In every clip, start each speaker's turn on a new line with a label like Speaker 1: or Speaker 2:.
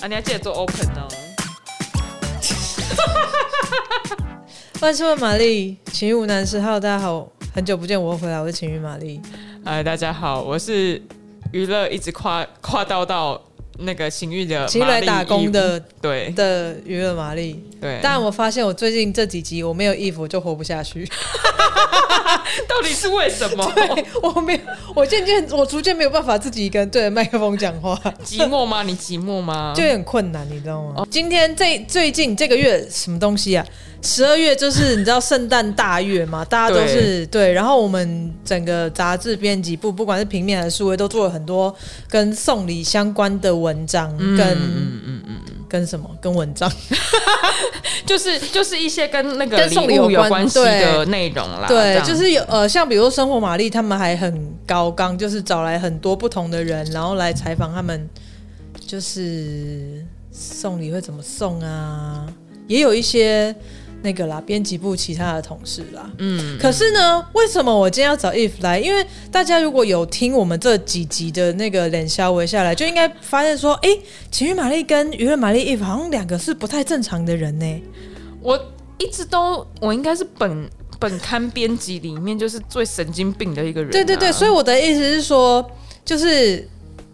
Speaker 1: 啊，你要记得做 open 哦。
Speaker 2: 万事问玛丽，情欲无难事。Hello，大家好，很久不见，我又回来，我是情欲玛丽。
Speaker 1: 哎，大家好，我是娱乐一直跨跨到到那个情欲的
Speaker 2: 情欲来打工
Speaker 1: 玛丽
Speaker 2: 的
Speaker 1: 义务，对
Speaker 2: 的娱乐玛丽，
Speaker 1: 对，
Speaker 2: 但我发现我最近这几集我没有衣服就活不下去，
Speaker 1: 到底是为什 么？
Speaker 2: 我没有，我渐渐我逐渐没有办法自己一个人对着麦克风讲话，
Speaker 1: 寂寞吗？你寂寞吗？
Speaker 2: 就很困难，你知道吗？哦今天这最近这个月什么东西啊？十二月就是你知道圣诞大月 嘛，大家都是对。然后我们整个杂志编辑部，不管是平面还是数位，都做了很多跟送礼相关的文章，跟嗯嗯嗯跟什么跟文章，
Speaker 1: 就是就是一些跟那个
Speaker 2: 跟
Speaker 1: 礼
Speaker 2: 送礼
Speaker 1: 物
Speaker 2: 有关
Speaker 1: 关系的内容啦。这
Speaker 2: 对，
Speaker 1: 样
Speaker 2: 就是有呃，像比如说生活玛丽他们还很高纲，就是找来很多不同的人，然后来采访他们，就是送礼会怎么送啊？也有一些那个啦，编辑部其他的同事啦。
Speaker 1: 嗯，
Speaker 2: 可是呢，为什么我今天要找 If 来？因为大家如果有听我们这几集的那个脸消围下来，就应该发现说，哎、情欲玛丽跟娱乐玛丽 If 好像两个是不太正常的人呢、
Speaker 1: 我一直都我应该是本本刊编辑里面就是最神经病的一个人啊、
Speaker 2: 对对对，所以我的意思是说，就是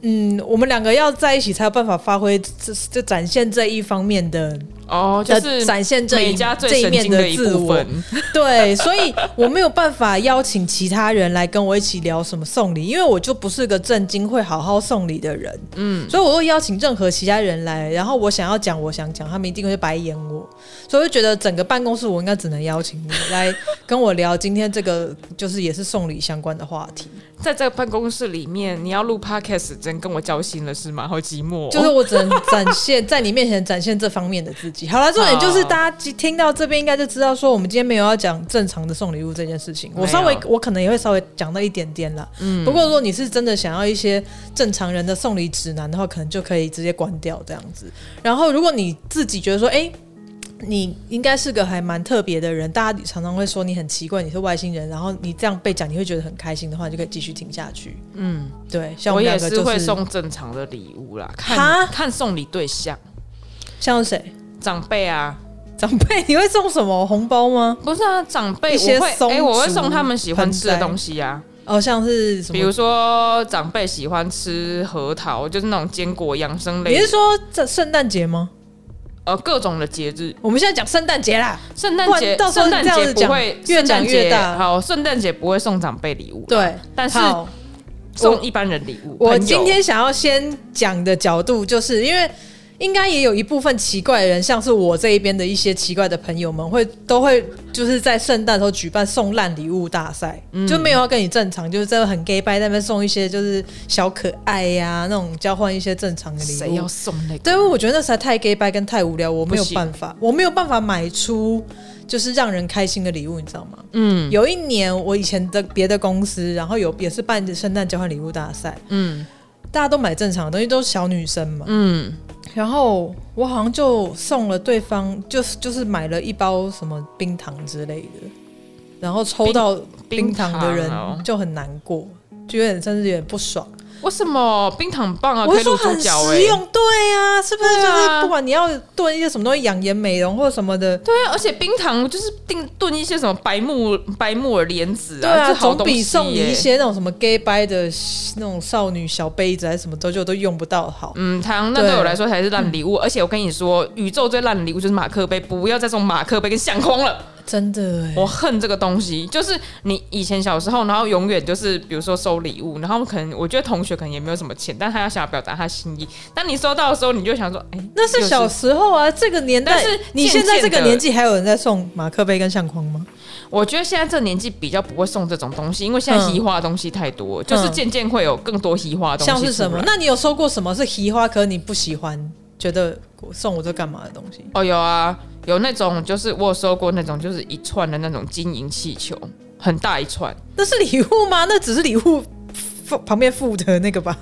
Speaker 2: 嗯，我们两个要在一起才有办法发挥这这展现这一方面的，
Speaker 1: 哦，就是
Speaker 2: 呃展现这
Speaker 1: 每
Speaker 2: 一
Speaker 1: 家
Speaker 2: 这
Speaker 1: 最神
Speaker 2: 面
Speaker 1: 经的一
Speaker 2: 自
Speaker 1: 部
Speaker 2: 我
Speaker 1: 分。。
Speaker 2: 对，所以我没有办法邀请其他人来跟我一起聊什么送礼，因为我就不是个正经会好好送礼的人。嗯，所以我会邀请任何其他人来，然后我想要讲，我想讲，他们一定会白眼我，所以我就觉得整个办公室我应该只能邀请你来跟我聊今天这个就是也是送礼相关的话题。
Speaker 1: 在这个办公室里面，你要录 podcast，真跟我交心了是吗？好寂寞、哦。
Speaker 2: 就是我只能展 现在你面前展现这方面的自己。好了，重点就是大家听到这边应该就知道，说我们今天没有要讲正常的送礼物这件事情。
Speaker 1: 没有
Speaker 2: 我稍微我可能也会稍微讲到一点点啦。嗯，不过如果你是真的想要一些正常人的送礼指南的话，可能就可以直接关掉这样子。然后如果你自己觉得说，哎、你应该是个还蛮特别的人，大家常常会说你很奇怪，你是外星人，然后你这样被讲，你会觉得很开心的话，你就可以继续听下去。嗯，对，像
Speaker 1: 我
Speaker 2: 们
Speaker 1: 也
Speaker 2: 两个就是
Speaker 1: 会送正常的礼物啦，看
Speaker 2: 哈
Speaker 1: 看送礼对象、
Speaker 2: 像谁？
Speaker 1: 长辈啊，
Speaker 2: 长辈，你会送什么红包吗？
Speaker 1: 不是啊，长辈
Speaker 2: 一
Speaker 1: 我
Speaker 2: 些
Speaker 1: 会哎、
Speaker 2: 松
Speaker 1: 我会
Speaker 2: 竹
Speaker 1: 送他们喜欢
Speaker 2: 盆
Speaker 1: 吃的
Speaker 2: 栽
Speaker 1: 东西啊，
Speaker 2: 哦，像是什
Speaker 1: 比如
Speaker 2: 么？
Speaker 1: 说长辈喜欢吃核桃，就是那种坚果养生
Speaker 2: 你
Speaker 1: 类
Speaker 2: 是，说这圣诞节吗？
Speaker 1: 呃，各种的节日，
Speaker 2: 我们现在讲圣诞节啦，
Speaker 1: 圣诞节
Speaker 2: 不然到时候
Speaker 1: 圣
Speaker 2: 你
Speaker 1: 诞
Speaker 2: 这样
Speaker 1: 节
Speaker 2: 子
Speaker 1: 不
Speaker 2: 讲
Speaker 1: 会，圣
Speaker 2: 越
Speaker 1: 诞
Speaker 2: 讲越
Speaker 1: 节
Speaker 2: 大
Speaker 1: 好，圣诞节不会送长辈礼物，，
Speaker 2: 对，
Speaker 1: 但是
Speaker 2: 好
Speaker 1: 送一般人礼物。
Speaker 2: 我
Speaker 1: 朋友
Speaker 2: 今天想要先讲的角度，就是因为应该也有一部分奇怪的人，像是我这一边的一些奇怪的朋友们，会都会就是在圣诞的时候举办送烂礼物大赛，
Speaker 1: 嗯
Speaker 2: 就没有要跟你正常，就是真的很 gay 拜，在那边送一些就是小可爱呀、那种交换一些正常的礼
Speaker 1: 谁
Speaker 2: 物
Speaker 1: 要。送那个？
Speaker 2: 对，因为我觉得那实在太 gay 拜跟太无聊，我没有
Speaker 1: 不行
Speaker 2: 办法，我没有办法买出就是让人开心的礼物，你知道吗？
Speaker 1: 嗯
Speaker 2: 有一年我以前的别的公司，然后有也是办圣诞交换礼物大赛，
Speaker 1: 嗯
Speaker 2: 大家都买正常的东西，都是小女生嘛。
Speaker 1: 嗯，
Speaker 2: 然后我好像就送了对方，就是就是买了一包什么冰糖之类的，然后抽到冰糖的人
Speaker 1: 冰糖哦
Speaker 2: 就很难过，就有点甚至有点不爽。
Speaker 1: 为什么冰糖棒啊？
Speaker 2: 我
Speaker 1: 可以
Speaker 2: 是
Speaker 1: 露
Speaker 2: 说
Speaker 1: 猪
Speaker 2: 很
Speaker 1: 脚哎、
Speaker 2: 实用，对啊，是不是？
Speaker 1: 对
Speaker 2: 就
Speaker 1: 啊
Speaker 2: 是不管你要炖一些什么东西，养颜美容或什么的，
Speaker 1: 对啊，而且冰糖就是定炖一些什么白木白木耳莲子
Speaker 2: 对
Speaker 1: 啊，
Speaker 2: 啊，
Speaker 1: 这好
Speaker 2: 总
Speaker 1: 东西
Speaker 2: 比送你
Speaker 1: 耶
Speaker 2: 一。些那种什么 gay 掰的那种少女小杯子还是什么都就都用不到好。
Speaker 1: 嗯，糖那
Speaker 2: 对
Speaker 1: 对我来说才是烂礼物，
Speaker 2: 嗯
Speaker 1: 而且我跟你说，宇宙最烂的礼物就是马克杯，不要再送马克杯跟相框了，
Speaker 2: 真的哎、
Speaker 1: 我恨这个东西。就是你以前小时候，然后永远就是比如说收礼物，然后可能我觉得同学可能也没有什么钱，但他要想要表达他心意，当你收到的时候，你就想说，哎、
Speaker 2: 那是小
Speaker 1: 又
Speaker 2: 时候啊，这个年代，
Speaker 1: 但是
Speaker 2: 你
Speaker 1: 渐
Speaker 2: 现在
Speaker 1: 渐
Speaker 2: 这个
Speaker 1: 的
Speaker 2: 年纪还有人在送马克杯跟相框吗？
Speaker 1: 我觉得现在这年纪比较不会送这种东西，因为现在
Speaker 2: 嗯
Speaker 1: 西化的东西太多，就是渐渐会有更多西化的东西
Speaker 2: 像
Speaker 1: 出来。
Speaker 2: 是什么？那你有收过什么是奇花，可你不喜欢，觉得我送我这干嘛的东西？
Speaker 1: 哦，有啊，有那种就是我有收过那种就是一串的那种金银气球，很大一串。
Speaker 2: 那是礼物吗？那只是礼物附旁边附的那个吧？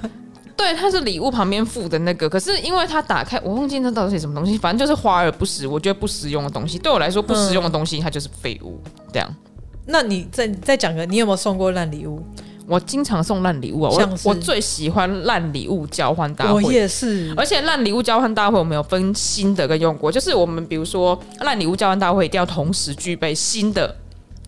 Speaker 1: 对，它是礼物旁边附的那个，可是因为它打开，我忘记那到底是什么东西，反正就是花而不实，我觉得不实用的东西，对我来说不实用的东西，它就是废物。这样，
Speaker 2: 那你再再讲个，你有没有送过烂礼物？
Speaker 1: 我经常送烂礼物啊，
Speaker 2: 像
Speaker 1: 我
Speaker 2: 是
Speaker 1: 我最喜欢烂礼物交换大
Speaker 2: 我
Speaker 1: 会。哦
Speaker 2: 也是，
Speaker 1: 而且烂礼物交换大会我们有分新的跟用过，就是我们比如说啊烂礼物交换大会一定要同时具备新的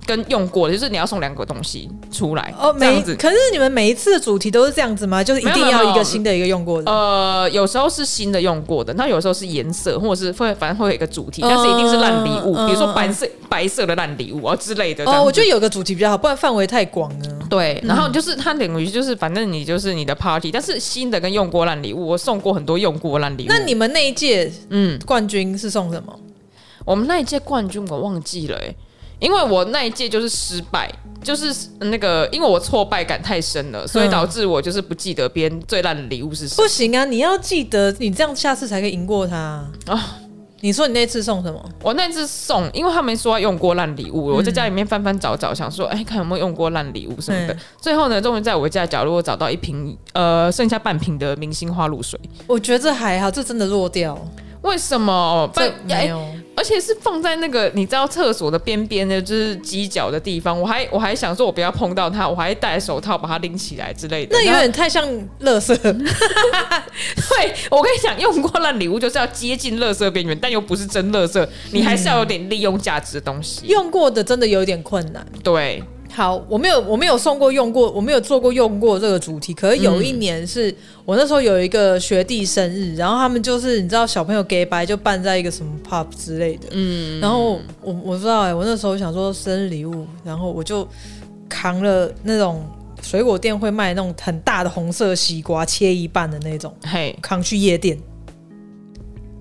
Speaker 1: 跟用过的，就是你要送两个东西出来
Speaker 2: 哦，
Speaker 1: 这
Speaker 2: 每
Speaker 1: 样子。
Speaker 2: 可是你们每一次的主题都是这样子吗？就是一
Speaker 1: 没有
Speaker 2: 定
Speaker 1: 没有
Speaker 2: 要
Speaker 1: 没有
Speaker 2: 一个新的，一个用过的。
Speaker 1: 呃，有时候是新的用过的，那有时候是颜色，或者是会反正会有一个主题，但是一定是烂礼物，
Speaker 2: 哦嗯嗯
Speaker 1: 比如说
Speaker 2: 嗯
Speaker 1: 白色、白色的烂礼物啊之类的这样子。
Speaker 2: 哦，我觉得嗯有个主题比较好，不然范围太广了。
Speaker 1: 对，然后就是它等于就是反正你就是你的 party，但是新的跟用过烂礼物，我送过很多用过烂礼物。
Speaker 2: 那你们那一届
Speaker 1: 嗯，
Speaker 2: 冠军是送什么？
Speaker 1: 我们那一届冠军我忘记了、欸，因为我那一届就是失败，就是那个因为我挫败感太深了，所以
Speaker 2: 嗯
Speaker 1: 导致我就是不记得别人最烂的礼物是什么。
Speaker 2: 不行啊，你要记得，你这样下次才可以赢过他啊
Speaker 1: 哦！
Speaker 2: 你说你那次送什么？
Speaker 1: 我那次送，因为他们说要用过烂礼物，我在家里面翻翻找找，想说，哎、看有没有用过烂礼物什么的。
Speaker 2: 嗯
Speaker 1: 最后呢，终于在我家角落找到一瓶，呃，剩下半瓶的明星花露水。
Speaker 2: 我觉得这还好，这真的弱掉，
Speaker 1: 为什么？
Speaker 2: 这
Speaker 1: 半哎
Speaker 2: 没有。
Speaker 1: 而且是放在那个你知道厕所的边边的，就是犄角的地方。我还我还想说，我不要碰到它，我还戴手套把它拎起来之类的。
Speaker 2: 那有
Speaker 1: 然后
Speaker 2: 点太像乐色，
Speaker 1: 嗯对，我跟你讲，用过烂礼物就是要接近垃圾边缘，但又不是真垃圾，你还是要有点利用价值的东西。
Speaker 2: 用过的真的有点困难。
Speaker 1: 对，
Speaker 2: 好，我没有我没有送过用过，我没有做过用过这个主题。可是有一年是、我那时候有一个学弟生日，然后他们就是你知道小朋友 gay 白就办在一个什么 pub 之类的，嗯，然后我我不知道哎、我那时候想说生日礼物，然后我就扛了那种水果店会卖那种很大的红色西瓜，切一半的那种，
Speaker 1: 嘿，
Speaker 2: 扛去夜店，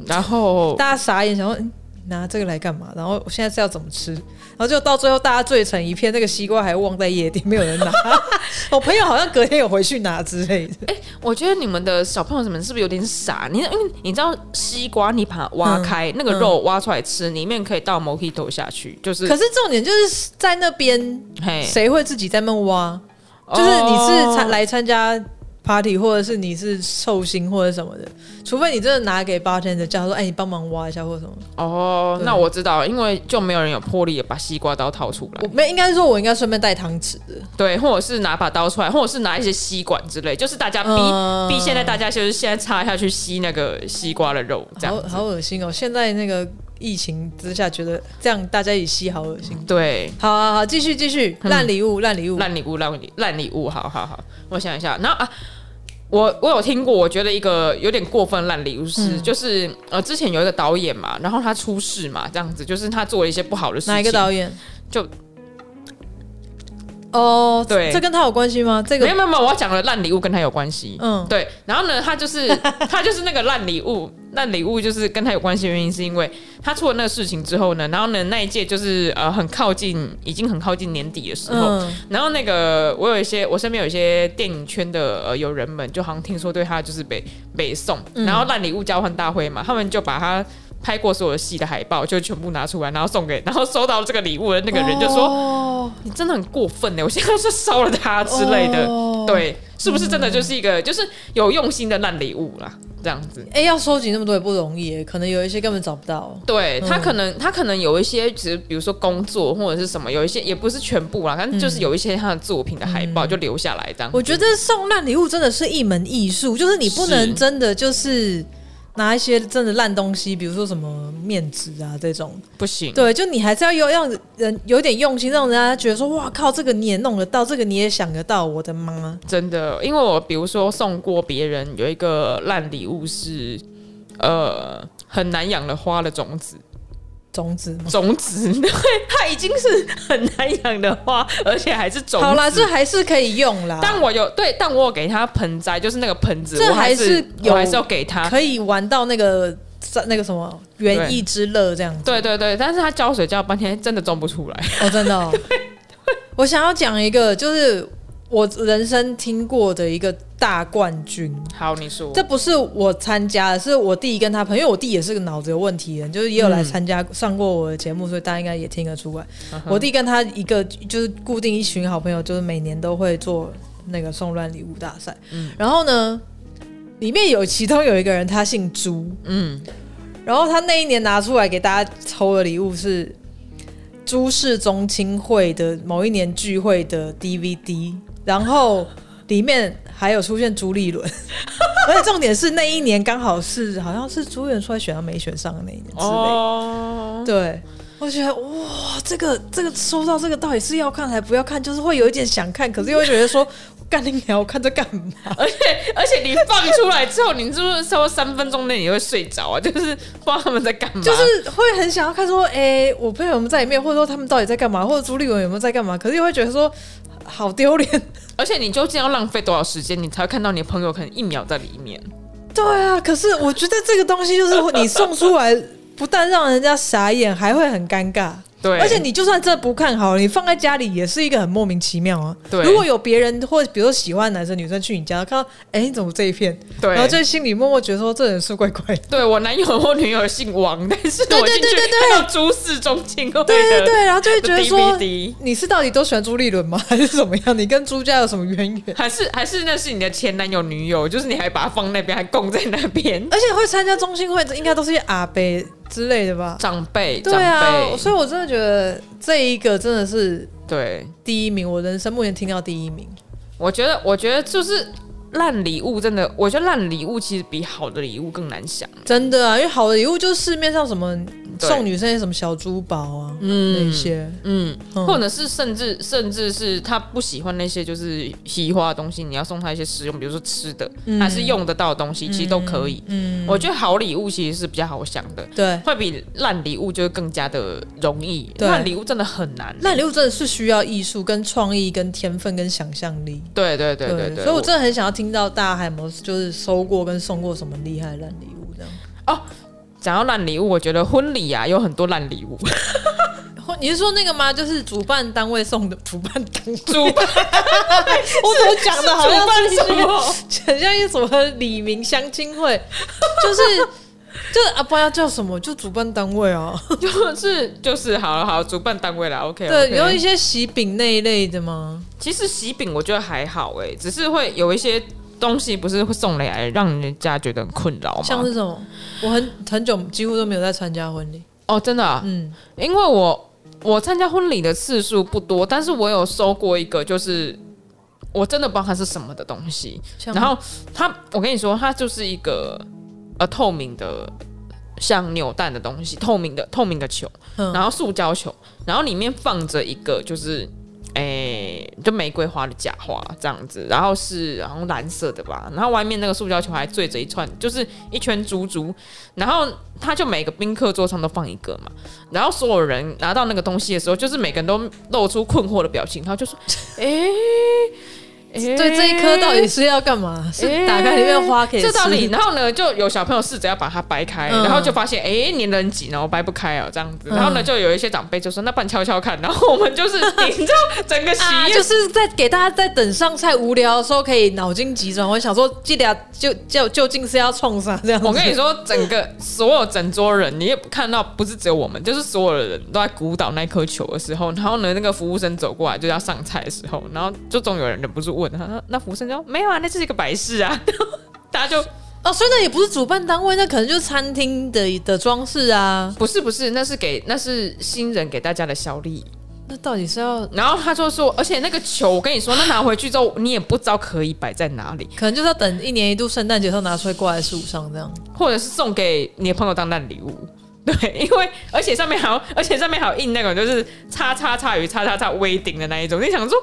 Speaker 1: 然后
Speaker 2: 大家傻眼，想说、嗯、拿这个来干嘛？然后我现在是要怎么吃？然后就到最后大家醉成一片，那个西瓜还忘在夜店，没有人拿。 我朋友好像隔天有回去拿之类的。
Speaker 1: 我觉得你们的小朋友们是不是有点傻？你因为你知道西瓜，你把它挖
Speaker 2: 嗯
Speaker 1: 开，那个肉挖出来吃，里面可以倒 mojito 下去，就是
Speaker 2: 可是重点就是在那边，
Speaker 1: 嘿，
Speaker 2: 谁会自己在那挖？就是你是参
Speaker 1: 哎哦
Speaker 2: 来参加 party，或者是你是寿星或者什么的，除非你真的拿给 bartender 叫他说：“哎、你帮忙挖一下或者什么。”
Speaker 1: 哦，
Speaker 2: 对
Speaker 1: 那我知道，因为就没有人有魄力把西瓜刀掏出
Speaker 2: 我
Speaker 1: 来，
Speaker 2: 没应该说，我应该顺便带汤匙的。
Speaker 1: 对，或者是拿把刀出来，或者是拿一些吸管之类，就是大家逼、
Speaker 2: 嗯
Speaker 1: 逼现在大家就是现在插下去吸那个西瓜的肉，这样
Speaker 2: 好好恶心哦！现在那个疫情之下，觉得这样大家一起吸好恶心。
Speaker 1: 对。
Speaker 2: 好好好，继续继续，烂礼物，烂礼物，
Speaker 1: 嗯烂礼物，烂礼烂礼物，好好好，我想一下，然后啊。我我有听过，我觉得一个有点过分烂礼物是，
Speaker 2: 嗯
Speaker 1: 就是呃，之前有一个导演嘛，然后他出事嘛，这样子，就是他做了一些不好的事情。
Speaker 2: 哪一个导演？
Speaker 1: 就
Speaker 2: 哦，
Speaker 1: 对
Speaker 2: 这跟他有关系吗？这
Speaker 1: 没
Speaker 2: 个
Speaker 1: 有没有没有，我要讲的烂礼物跟他有关系。
Speaker 2: 嗯，
Speaker 1: 对，然后呢，他就是他就是那个烂礼物，烂礼物就是跟他有关系的原因，是因为他出了那个事情之后呢，然后呢那一届就是呃很靠近，已经很靠近年底的时候，
Speaker 2: 嗯，
Speaker 1: 然后那个我有一些，我身边有一些电影圈的呃友人们，就好像听说对他就是北北宋，然后烂礼物交换大会嘛，他们就把他拍过所有戏的海报就全部拿出来，然后送给，然后收到这个礼物的那个人就
Speaker 2: 哦
Speaker 1: 说：“
Speaker 2: 说
Speaker 1: 你真的很过分欸呢，我现在是烧了他之类
Speaker 2: 哦
Speaker 1: 的。对，是不是真的就是一个、就是有用心的烂礼物啦？这样子。
Speaker 2: 哎，要收集那么多也不容易耶，可能有一些根本找不到。
Speaker 1: 对他可能，他可能有一些，只是比如说工作或者是什么，有一些也不是全部啦，反正就是有一些他的作品的海报就留下来这样子。
Speaker 2: 嗯我觉得送烂礼物真的是一门艺术，就是你不
Speaker 1: 是
Speaker 2: 能真的就是拿一些真的烂东西，比如说什么面纸啊这种，
Speaker 1: 不行，
Speaker 2: 对，就你还是要有让人有点用心，让人家觉得说，哇靠，这个你也弄得到，这个你也想得到，我的妈！
Speaker 1: 真的，因为我比如说送过别人有一个烂礼物是，呃，很难养的花的种子，
Speaker 2: 种子吗？
Speaker 1: 种子， 对，它已经是很难养的花，而且还是种子。
Speaker 2: 好啦，这还是可以用啦，
Speaker 1: 但我有对，但我有给他盆栽，就是那个盆子，
Speaker 2: 啊这
Speaker 1: 我还
Speaker 2: 还是有
Speaker 1: 我还是要给他。
Speaker 2: 可以玩到那个那个什么园艺之乐这样子。
Speaker 1: 对对对，但是他浇水浇了半天，真的种不出来。
Speaker 2: 哦，真 的、哦。我想要讲一个，就是我人生听过的一个大冠军。
Speaker 1: 好，你说
Speaker 2: 这不是我参加的，是我弟跟他朋友，因为我弟也是个脑子有问题的人，就是也有来参加、上过我的节目，所以大家应该也听得出来。我弟跟他一个就是固定一群好朋友，就是每年都会做那个送乱礼物大赛。然后呢，里面有其中有一个人他姓朱，
Speaker 1: 嗯，
Speaker 2: 然后他那一年拿出来给大家抽的礼物是朱氏宗亲会的某一年聚会的 DVD，然后里面还有出现朱立伦， 而且重点是那一年刚好是好像是朱元帅选他没选上的那一年之类的。
Speaker 1: 哦，
Speaker 2: 对，我觉得哇，这个这个收到这个到底是要看还不要看，就是会有一点想看，可是又会觉得说干你娘，我看这干嘛？
Speaker 1: 而且而且你放出来之后，你是不是说三分钟内你会睡着啊？就是不知道他们在干嘛，
Speaker 2: 就是会很想要看说，哎、我朋友有没有在里面，或者说他们到底在干嘛，或者朱立伦有没有在干嘛？可是又会觉得说好 丢脸。
Speaker 1: 而且你究竟要浪费多少时间，你才会看到你的朋友可能一秒在里面？
Speaker 2: 对啊，可是我觉得这个东西就是你送出来，不但让人家傻眼，还会很尴尬。
Speaker 1: 对，
Speaker 2: 而且你就算真的不看好，你放在家里也是一个很莫名其妙啊。
Speaker 1: 对
Speaker 2: 如果有别人或者比如说喜欢的男生女生去你家，看到哎、你怎么这一片，
Speaker 1: 对
Speaker 2: 然后就心里默默觉得说这人是怪怪 的。
Speaker 1: 对我男友或女友姓王，但是
Speaker 2: 对
Speaker 1: 我进去
Speaker 2: 对对对
Speaker 1: 看到朱氏中庆会的，
Speaker 2: 对对对，然后就会觉得说
Speaker 1: DVD，
Speaker 2: 你是到底都喜欢朱立伦吗，还是怎么样？你跟朱家有什么渊源？
Speaker 1: 还是还是那是你的前男友女友，就是你还把他放那边，还供在那边，
Speaker 2: 而且会参加中心会，应该都是一些阿伯之类的吧？
Speaker 1: 长辈，
Speaker 2: 对
Speaker 1: 长
Speaker 2: 啊，
Speaker 1: 辈，
Speaker 2: 所以我真的觉得这一个真的是
Speaker 1: 对，
Speaker 2: 第一名，我人生目前听到第一名。
Speaker 1: 我觉得我觉得就是烂礼物真的，我觉得烂礼物其实比好的礼物更难想。
Speaker 2: 真的啊，因为好的礼物就是市面上什么
Speaker 1: 对
Speaker 2: 送女生一些什么小珠宝啊，那些，
Speaker 1: 嗯，
Speaker 2: 嗯
Speaker 1: 或者是甚至甚至是他不喜欢那些就是喜花的东西，你要送他一些实用，比如说吃的、还是用得到的东西，其实都可以。
Speaker 2: 嗯，
Speaker 1: 我觉得好礼物其实是比较好想的，
Speaker 2: 对，
Speaker 1: 会比烂礼物就是更加的容易。
Speaker 2: 对
Speaker 1: 烂礼物真的很难。
Speaker 2: 那礼物真的是需要艺术、跟创意、跟天分、跟想象力。
Speaker 1: 对对对对对，
Speaker 2: 所以我真的很想要听到大家还有没有就是收过跟送过什么厉害的烂礼物这样。
Speaker 1: 讲到烂礼物，我觉得婚礼啊有很多烂礼 物，
Speaker 2: 或你是说那个吗？就是主办单位送的， 主办单位，
Speaker 1: 主办
Speaker 2: 我怎么讲的好像是
Speaker 1: 主办什么？
Speaker 2: 很像一个什么李明相亲 会，就是就是啊，不知道叫什么，就主办单位啊，
Speaker 1: 就是就是好了好了，主办单位啦，OK，
Speaker 2: 对，有一
Speaker 1: 为
Speaker 2: 些喜饼那一类的吗？
Speaker 1: 其实喜饼我觉得还好哎、只是会有一些东西不是会送来让人家觉得很困扰
Speaker 2: 像
Speaker 1: 吗？
Speaker 2: 是什么？我很很久几乎都没有在参加婚礼，
Speaker 1: 哦，真的、啊，
Speaker 2: 嗯，
Speaker 1: 因为我我参加婚礼的次数不多，但是我有收过一个就是。我真的不知道它是什么的东西，
Speaker 2: 像
Speaker 1: 然后它，我跟你说，它就是一个呃透明的，像扭蛋的东西，透明的透明的球，
Speaker 2: 嗯
Speaker 1: 然后塑胶球，然后里面放着一个就是，诶、就玫瑰花的假花这样子，然后是然后蓝色的吧，然后外面那个塑胶球还缀着一串，就是一圈珠珠，然后他就每个宾客桌上都放一个嘛，然后所有人拿到那个东西的时候，就是每个人都露出困惑的表情，他就说， 诶、诶
Speaker 2: 对这一颗到底是要干嘛？是
Speaker 1: 诶
Speaker 2: 打开里面的花可以吃？
Speaker 1: 这道理，然后呢，就有小朋友试着要把它掰开，
Speaker 2: 嗯
Speaker 1: 然后就发现，哎、年人挤呢，我掰不开哦，这样子。
Speaker 2: 嗯
Speaker 1: 然后呢，就有一些长辈就说，那不然敲敲看。然后我们就是，你知道，整个喜
Speaker 2: 啊，
Speaker 1: 宴、
Speaker 2: 就是在给大家在等上菜无聊的时候可以脑筋急转弯，想说这俩就就究竟是要冲啥这样子？
Speaker 1: 我跟你说，整个所有整桌人，你也看到，不是只有我们，就是所有的人都在鼓捣那颗球的时候，然后呢，那个服务生走过来就要上菜的时候，然后就总有人忍不住问他，那那服务生就说没有啊，那就是一个摆饰啊， 然后大家就
Speaker 2: 哦，所以那也不是主办单位，那可能就是餐厅的的装饰啊。
Speaker 1: 不是不是，那是给那是新人给大家的小礼
Speaker 2: 那到底是要
Speaker 1: 然后他就说，而且那个球，我跟你说，那拿回去之后，你也不知道可以摆在哪里，
Speaker 2: 可能就是要等一年一度圣诞节时候拿出来挂在树上这样。
Speaker 1: 或者是送给你的朋友当烂礼物。 对，因为而且上面还有，而且上面还有印那种就是叉叉叉与叉叉叉微顶的那一种。你想说，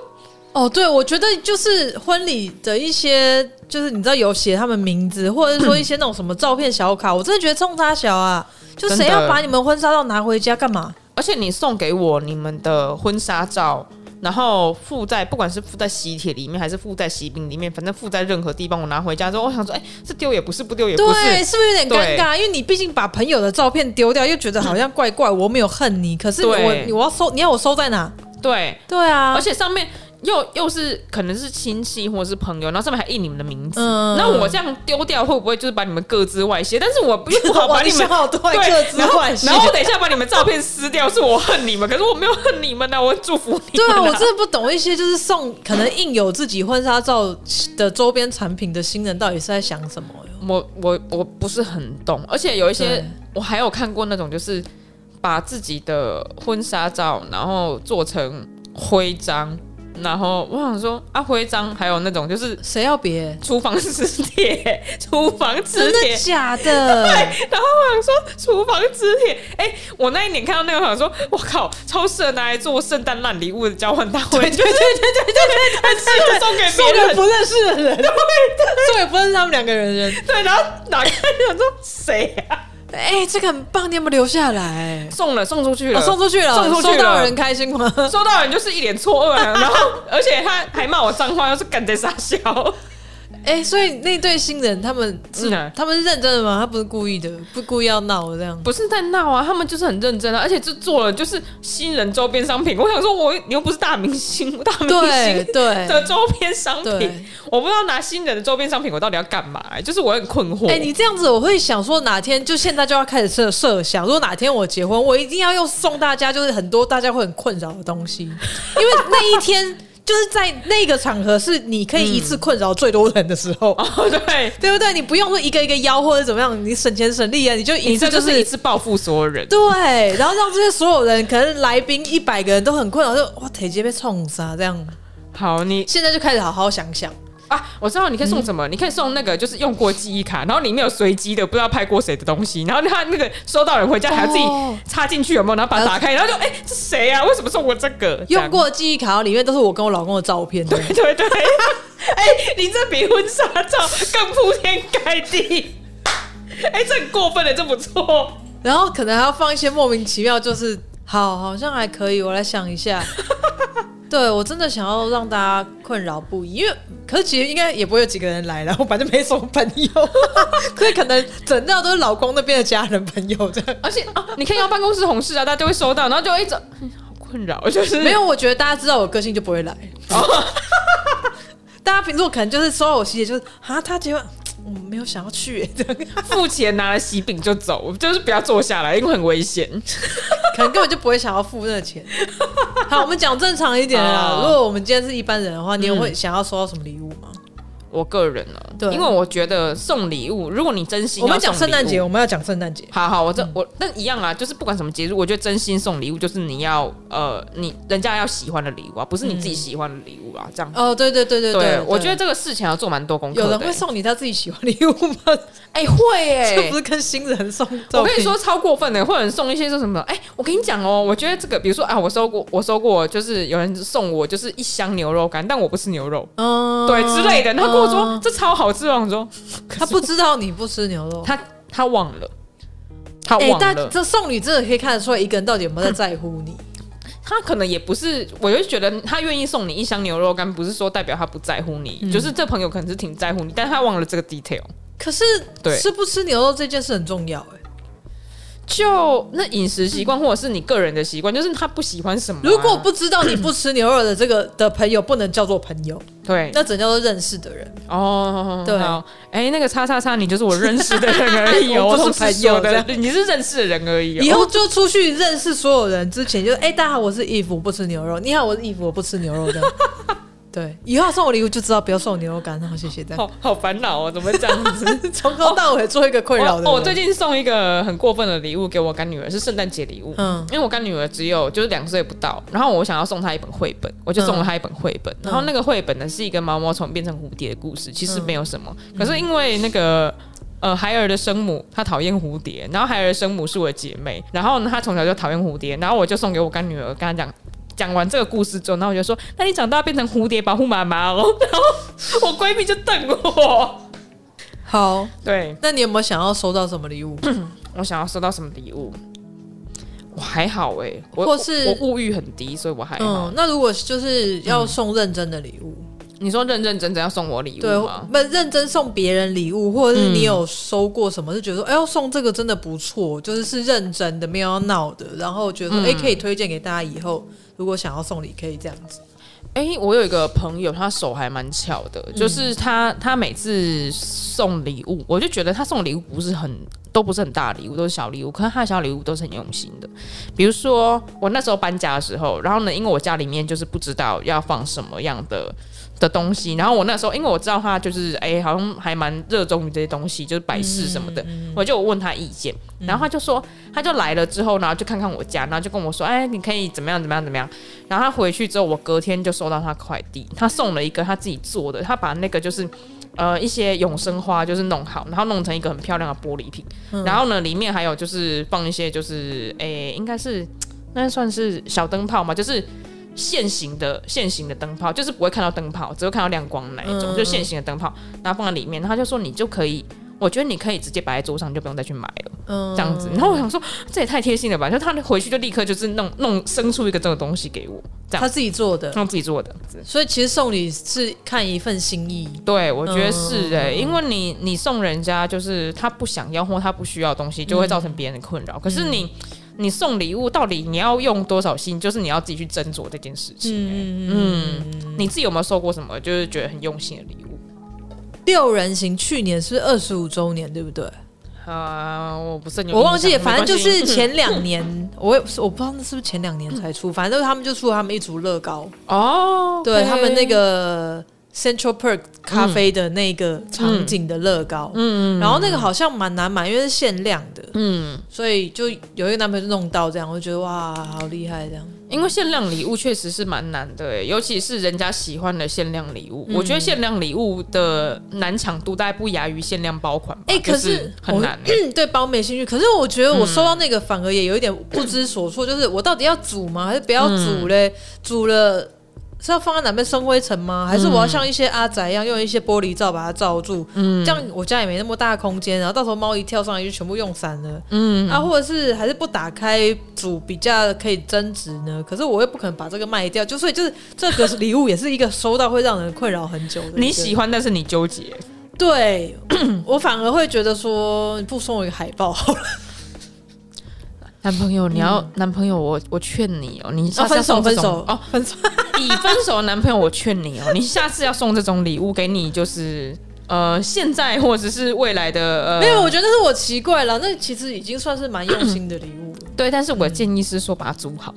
Speaker 2: 哦，对，我觉得就是婚礼的一些，就是你知道有写他们名字，或者是说一些那种什么照片小卡，我真的觉得冲他小啊，就谁
Speaker 1: 真的
Speaker 2: 要把你们婚纱照拿回家干嘛？
Speaker 1: 而且你送给我你们的婚纱照，然后附在不管是附在喜帖里面，还是附在喜饼里面，反正附在任何地方，我拿回家之后，我想说，哎、这丢也不是，不丢也不
Speaker 2: 对，
Speaker 1: 是，
Speaker 2: 是不是有点尴尬？因为你毕竟把朋友的照片丢掉，又觉得好像怪怪，我没有恨你，可是我
Speaker 1: 对
Speaker 2: 你我要收，你要我收在哪？
Speaker 1: 对，
Speaker 2: 对啊，
Speaker 1: 而且上面又又是可能是亲戚或者是朋友，然后上面还印你们的名字。
Speaker 2: 嗯
Speaker 1: 那我这样丢掉会不会就是把你们各自外泄？但是我不又不好把
Speaker 2: 哇
Speaker 1: 你们
Speaker 2: 想好多
Speaker 1: 对
Speaker 2: 各自
Speaker 1: 然后
Speaker 2: 换
Speaker 1: 然后我等一下把你们照片撕掉，是我恨你们，可是我没有恨你们呢、我祝福你
Speaker 2: 对
Speaker 1: 们、
Speaker 2: 啊，我真的不懂一些就是送可能印有自己婚纱照的周边产品的新人到底是在想什么哟？
Speaker 1: 我我我不是很懂，而且有一些
Speaker 2: 对
Speaker 1: 我还有看过那种就是把自己的婚纱照然后做成徽章，然后我想说啊，徽章还有那种就是
Speaker 2: 谁要别？
Speaker 1: 厨房磁铁， 厨房磁
Speaker 2: 真的
Speaker 1: 铁。
Speaker 2: 假的？
Speaker 1: 然后我想说，厨房磁铁，哎、我那一年看到那个，我想说，我靠，超适合拿来做圣诞烂礼物的交换大会，就是
Speaker 2: 对对 对，
Speaker 1: 很适合送给别
Speaker 2: 送给
Speaker 1: 人。
Speaker 2: 不认识的人，送给不认识他们两个人的人。
Speaker 1: 对，然后打开想说谁啊？
Speaker 2: 哎、这个很棒，你有没有留下来？
Speaker 1: 送哦了，送出去
Speaker 2: 我、
Speaker 1: 了，
Speaker 2: 送出去了，
Speaker 1: 送出去了
Speaker 2: 收到的人开心 吗？
Speaker 1: 收到人就是一脸错愕、啊，然后而且他还骂我脏话，又是干在傻笑。
Speaker 2: 哎、所以那对新人他们是、
Speaker 1: 嗯
Speaker 2: 他们是认真的吗？他不是故意的，不故意要闹的这样。
Speaker 1: 不是在闹啊，他们就是很认真啊，而且就做了就是新人周边商品。我想说我，你又不是大明星， 大明
Speaker 2: 对
Speaker 1: 星
Speaker 2: 对，
Speaker 1: 的周边商
Speaker 2: 对
Speaker 1: 品，我不知道拿新人的周边商品我到底要干嘛、就是我很困惑。
Speaker 2: 哎、你这样子，我会想说，哪天就现在就要开始设设想，如果哪天我结婚，我一定要用送大家，就是很多大家会很困扰的东西，因 为那一天就是在那个场合，是你可以一次困扰最多人的时候，
Speaker 1: 哦，对，
Speaker 2: 对不对？你不用说一个一个邀或者怎么样，你省钱省力啊，你就一
Speaker 1: 你
Speaker 2: 次
Speaker 1: 这
Speaker 2: 就
Speaker 1: 就是是一 次报复所有人。
Speaker 2: 对，然后让这些所有人，可能来宾一百个人都很困扰，就哇，腿直接被冲啊杀这样。
Speaker 1: 好，你
Speaker 2: 现在就开始好好想想，
Speaker 1: 啊，我知道你可以送
Speaker 2: 嗯
Speaker 1: 什么，你可以送那个就是用过记忆卡，然后里面有随机的不知道拍过谁的东西，然后他那个收到人回家还要自己
Speaker 2: 哦
Speaker 1: 插进去有没有，然后把它打开，然后就哎、这谁啊？为什么送我这个？这样
Speaker 2: 用过的记忆卡里面都是我跟我老公的照片。哦对
Speaker 1: 对对，哎、你这比婚纱照更铺天盖地。哎、这很过分了，这不错。
Speaker 2: 然后可能还要放一些莫名其妙，就是好，好像还可以，我来想一 下。对我真的想要让大家困扰不已，因为可是其实应该也不会有几个人来，然后反正没什么朋 友，所以可能整到都是老公那边的家人朋友这样。
Speaker 1: 而且啊，你可以要办公室同事啊，大家就会收到，然后就一直、嗯好困扰， 就是
Speaker 2: 没有，我觉得大家知道我个性就不会来。哦 大家平时我可能就是收到我喜帖，就是啊，他结婚，我没有想要去耶这样，
Speaker 1: 付钱拿了喜饼就走，就是不要坐下来，因为很危险。
Speaker 2: 可能根本就不会想要付那 个钱。好，我们讲正常一点的啦。
Speaker 1: 哦嗯
Speaker 2: 如果我们今天是一般人的话，你也会想要收到什么礼物吗？
Speaker 1: 我个人呢、
Speaker 2: 对
Speaker 1: 因为我觉得送礼物，如果你真心，
Speaker 2: 我们讲圣诞节，。我嗯们要讲圣诞节。
Speaker 1: 好好，我这我那一样啊，就是不管什么节日，我觉得真心送礼物就是你要呃，你人家要喜欢的礼物啊，不是你自己喜欢的礼物啊，这样。
Speaker 2: 哦，对对对对
Speaker 1: 对
Speaker 2: 对，
Speaker 1: 我觉得这个事情要做蛮多功课
Speaker 2: 有
Speaker 1: 的、
Speaker 2: 人会送你他自己喜欢的礼物吗？
Speaker 1: 哎、会 哎、
Speaker 2: 这不是跟新人送照片？
Speaker 1: 我跟你说，超过分的，或者人送一些说什么？哎、我跟你讲哦，我觉得这个，比如说啊，我收过，我收过，就是有人送我就是一箱牛肉干，但我不吃牛肉，
Speaker 2: 嗯，嗯嗯
Speaker 1: 对之类的。然后跟我说、这超好吃哦，我说
Speaker 2: 他不知道你不吃牛肉。
Speaker 1: 他他忘了，他
Speaker 2: 哎，
Speaker 1: 忘
Speaker 2: 但
Speaker 1: 了，
Speaker 2: 这送礼真的可以看得出来一个人到底有没有在在乎你。
Speaker 1: 他可能也不是，我就觉得他愿意送你一箱牛肉干，不是说代表他不在乎
Speaker 2: 嗯
Speaker 1: 你，就是这朋友可能是挺在乎你，但他忘了这个 detail。
Speaker 2: 可是
Speaker 1: 对嗯
Speaker 2: 吃不吃牛肉这件事很重要哎、
Speaker 1: 就那饮食习惯，或者是你个人的习惯，就是他不喜欢什么啊、
Speaker 2: 嗯如果不知道你不吃牛肉的这个的朋友，不能叫做朋友，
Speaker 1: 对
Speaker 2: 那只能叫做认识的人。
Speaker 1: 哦，
Speaker 2: 对
Speaker 1: 好，哎，那个叉叉叉，你就是我认识的人而 已哦，
Speaker 2: 我
Speaker 1: 我
Speaker 2: 不
Speaker 1: 不
Speaker 2: 是
Speaker 1: 是
Speaker 2: 朋友
Speaker 1: 说
Speaker 2: 这
Speaker 1: 的
Speaker 2: 样，
Speaker 1: 你是认识的人而已
Speaker 2: 以
Speaker 1: 哦。
Speaker 2: 后就出去认识所有人之前就，哎、大家好，我是 if，我不吃牛肉。你好，我是 if，我不吃牛肉的。对，以后送我礼物就知道不要送我牛肉干，好谢谢大家。
Speaker 1: 好好烦恼哦，怎么会这样子？
Speaker 2: 从头到尾做一个困扰的人
Speaker 1: 我我哦最近送一个很过分的礼物给我干女儿，是圣诞节礼物。
Speaker 2: 嗯
Speaker 1: 嗯，因为我干女儿只有就是两岁不到，然后我想要送她一本绘本，我就送了她一本绘本。
Speaker 2: 嗯
Speaker 1: 然后那个绘本呢是一个毛毛虫变成蝴蝶的故事，其实没有什么，
Speaker 2: 嗯
Speaker 1: 可是因为那个。呃，海尔的生母她讨厌蝴蝶，然后海尔的生母是我的姐妹，然后呢，她从小就讨厌蝴蝶，然后我就送给我干女儿，跟她讲讲完这个故事之后，然后我就说，那你长大变成蝴蝶保护妈妈哦，然后我闺蜜就瞪我，
Speaker 2: 好，
Speaker 1: 对，
Speaker 2: 那你有没有想要收到什么礼物？
Speaker 1: 我想要收到什么礼物？我还好哎、我
Speaker 2: 或是
Speaker 1: 我我物欲很低，所以我还好。嗯
Speaker 2: 嗯，那如果就是要送认真的礼物，
Speaker 1: 你说认认真真要送我礼
Speaker 2: 对
Speaker 1: 物吗，？嗯
Speaker 2: 不认真送别人礼物，或者是你有收过什么，是觉得说，哎呦，送这个真的不错，就是是认真的，没有要闹的，然后觉得
Speaker 1: 嗯
Speaker 2: 说，哎、可以推荐给大家以后。如果想要送礼，可以这样子。
Speaker 1: 哎、我有一个朋友，他手还蛮巧的，就是他他每次送礼物，我就觉得他送礼物不是很都不是很大的礼物，都是小礼物，可是他的小礼物都是很用心的。比如说我那时候搬家的时候，然后呢，因为我家里面就是不知道要放什么样的。的东西。然后我那时候，因为我知道他就是哎、好像还蛮热衷于这些东西，就是摆饰什么的，我就有问他意见，然后他就说，他就来了之后，然后就看看我家，然后就跟我说，哎，你可以怎么样怎么样怎么样。然后他回去之后，我隔天就收到他快递，他送了一个他自己做的，他把那个就是。呃，一些永生花就是弄好，然后弄成一个很漂亮的玻璃瓶，
Speaker 2: 嗯
Speaker 1: 然后呢，里面还有就是放一些就是，诶、应该是那算是小灯泡嘛，就是现行的现行的灯泡，就是不会看到灯泡，只会看到亮光那一种，
Speaker 2: 嗯
Speaker 1: 就现行的灯泡，然后放在里面，然后他就说你就可以。我觉得你可以直接摆在桌上，你就不用再去买了，
Speaker 2: 嗯
Speaker 1: 这样子。然后我想说，这也太贴心了吧！就他回去就立刻就是弄弄生出一个这种东西给我，这
Speaker 2: 他
Speaker 1: 样嗯
Speaker 2: 自己做的，
Speaker 1: 让自己做的。这样子
Speaker 2: 所以其实送礼是看一份心意。
Speaker 1: 对，我觉得是哎、
Speaker 2: 嗯
Speaker 1: 因为你你送人家就是他不想要或他不需要的东
Speaker 2: 嗯
Speaker 1: 西，就会造成别人的困扰。可是你你送礼物，到底你要用多少心，就是你要自己去斟酌这件事情、欸。
Speaker 2: 嗯嗯，
Speaker 1: 你自己有没有收过什么就是觉得很用心的礼物？
Speaker 2: 六人行去年是二十五周年，对不对？
Speaker 1: 啊、我不是很有
Speaker 2: 我忘记
Speaker 1: 印
Speaker 2: 了，
Speaker 1: 象
Speaker 2: 反正就
Speaker 1: 没
Speaker 2: 是
Speaker 1: 关系嗯
Speaker 2: 前两年， 我也不是我不知道那是不是前两年才出，反正他们就出了他们一组乐高，
Speaker 1: 哦，
Speaker 2: 对
Speaker 1: 嗯 OK
Speaker 2: 他们那个 Central Park 咖啡的那个场景的乐高，嗯，然后那个好像蛮难买，因为是限量的，嗯，所以就有一个男朋友就弄到这样，我就觉得哇，好厉害这样，
Speaker 1: 因为限量礼物确实是蛮难的欸、尤其是人家喜欢的限量礼物。我觉得限量礼物的难强度大概不亚于限量包款吧。
Speaker 2: 欸可
Speaker 1: 就是是很
Speaker 2: 我
Speaker 1: 难欸、
Speaker 2: 嗯，对包没兴趣，可是我觉得我收到那个反而也有一点不知所措，就是我到底要煮吗，还是不要煮嘞？煮了。是要放在哪边生灰尘吗？还是我要像一些阿宅一样用一些玻璃罩把它罩住？嗯，这样我家也没那么大空间，然后到时候猫一跳上来就全部用散了。嗯，啊，或者是还是不打开煮比较可以增值呢？可是我又不可能把这个卖掉，就所以就是这个礼物也是一个收到会让人困扰很久的一个。
Speaker 1: 你喜欢，但是你纠结。
Speaker 2: 对我反而会觉得说，你不送我一个海报好了，
Speaker 1: 男朋友，你要、男朋友我，我劝你嗯哦，你下
Speaker 2: 哦
Speaker 1: 次要
Speaker 2: 分手
Speaker 1: 送这
Speaker 2: 分
Speaker 1: 种
Speaker 2: 手
Speaker 1: 哦，
Speaker 2: 分手，
Speaker 1: 已分手的男朋友，我劝你哦，你下次要送这种礼物给你，就是呃，现在或者是未来的呃，
Speaker 2: 没有，我觉得那是我奇怪了，那其实已经算是蛮用心的礼物了。
Speaker 1: 对，但是我的建议是说把它煮好，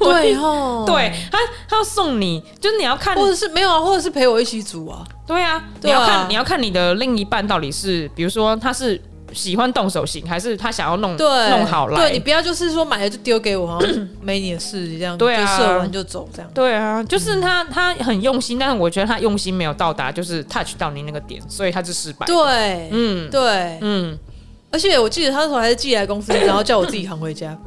Speaker 2: 对 哦，
Speaker 1: 对他他要送你，就是你要看，
Speaker 2: 或者是没有啊，或者是陪我一起煮啊，
Speaker 1: 对啊，你
Speaker 2: 对啊
Speaker 1: 要看你要看你的另一半到底是，比如说他是喜欢动手型，还是他想要弄
Speaker 2: 对，
Speaker 1: 嗯弄好来，
Speaker 2: 对你不要就是说买了就丢给我，好 像没你的事这样，
Speaker 1: 对啊
Speaker 2: 就射完就走这样。
Speaker 1: 对啊，就是他，他很用心，但是我觉得他用心没有到达，就是 touch 到你那个点，所以他是失败。
Speaker 2: 对，
Speaker 1: 嗯
Speaker 2: 对，
Speaker 1: 嗯，
Speaker 2: 而且我记得他那时候还是寄来公司，然后叫我自己扛回家。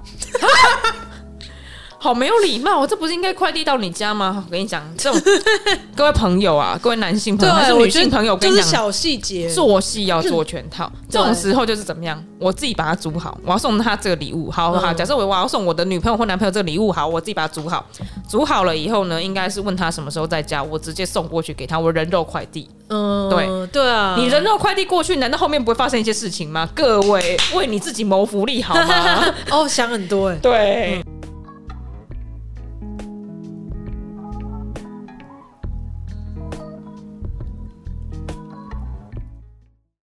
Speaker 1: 好没有礼貌，这不是应该快递到你家吗？我跟你讲，这种 各位朋友啊，各位男性朋
Speaker 2: 对
Speaker 1: 友还是，
Speaker 2: 我
Speaker 1: 女
Speaker 2: 觉
Speaker 1: 性
Speaker 2: 得
Speaker 1: 朋友，我跟
Speaker 2: 就
Speaker 1: 你
Speaker 2: 是
Speaker 1: 讲，
Speaker 2: 小细节，
Speaker 1: 做戏要做全套。这种
Speaker 2: 对
Speaker 1: 时候就是怎么样，我自己把它煮好，我要送他这个礼物。好好，
Speaker 2: 嗯
Speaker 1: 假设我我要送我的女朋友或男朋友这个礼物，好，我自己把它煮好。煮好了以后呢，应该是问他什么时候在家，我直接送过去给他，我人肉快递。
Speaker 2: 嗯，
Speaker 1: 对
Speaker 2: 对啊，
Speaker 1: 你人肉快递过去，难道后面不会发 生一些事情吗？各位，为你自己谋福利好吗？
Speaker 2: 哦想很多哎。
Speaker 1: 对，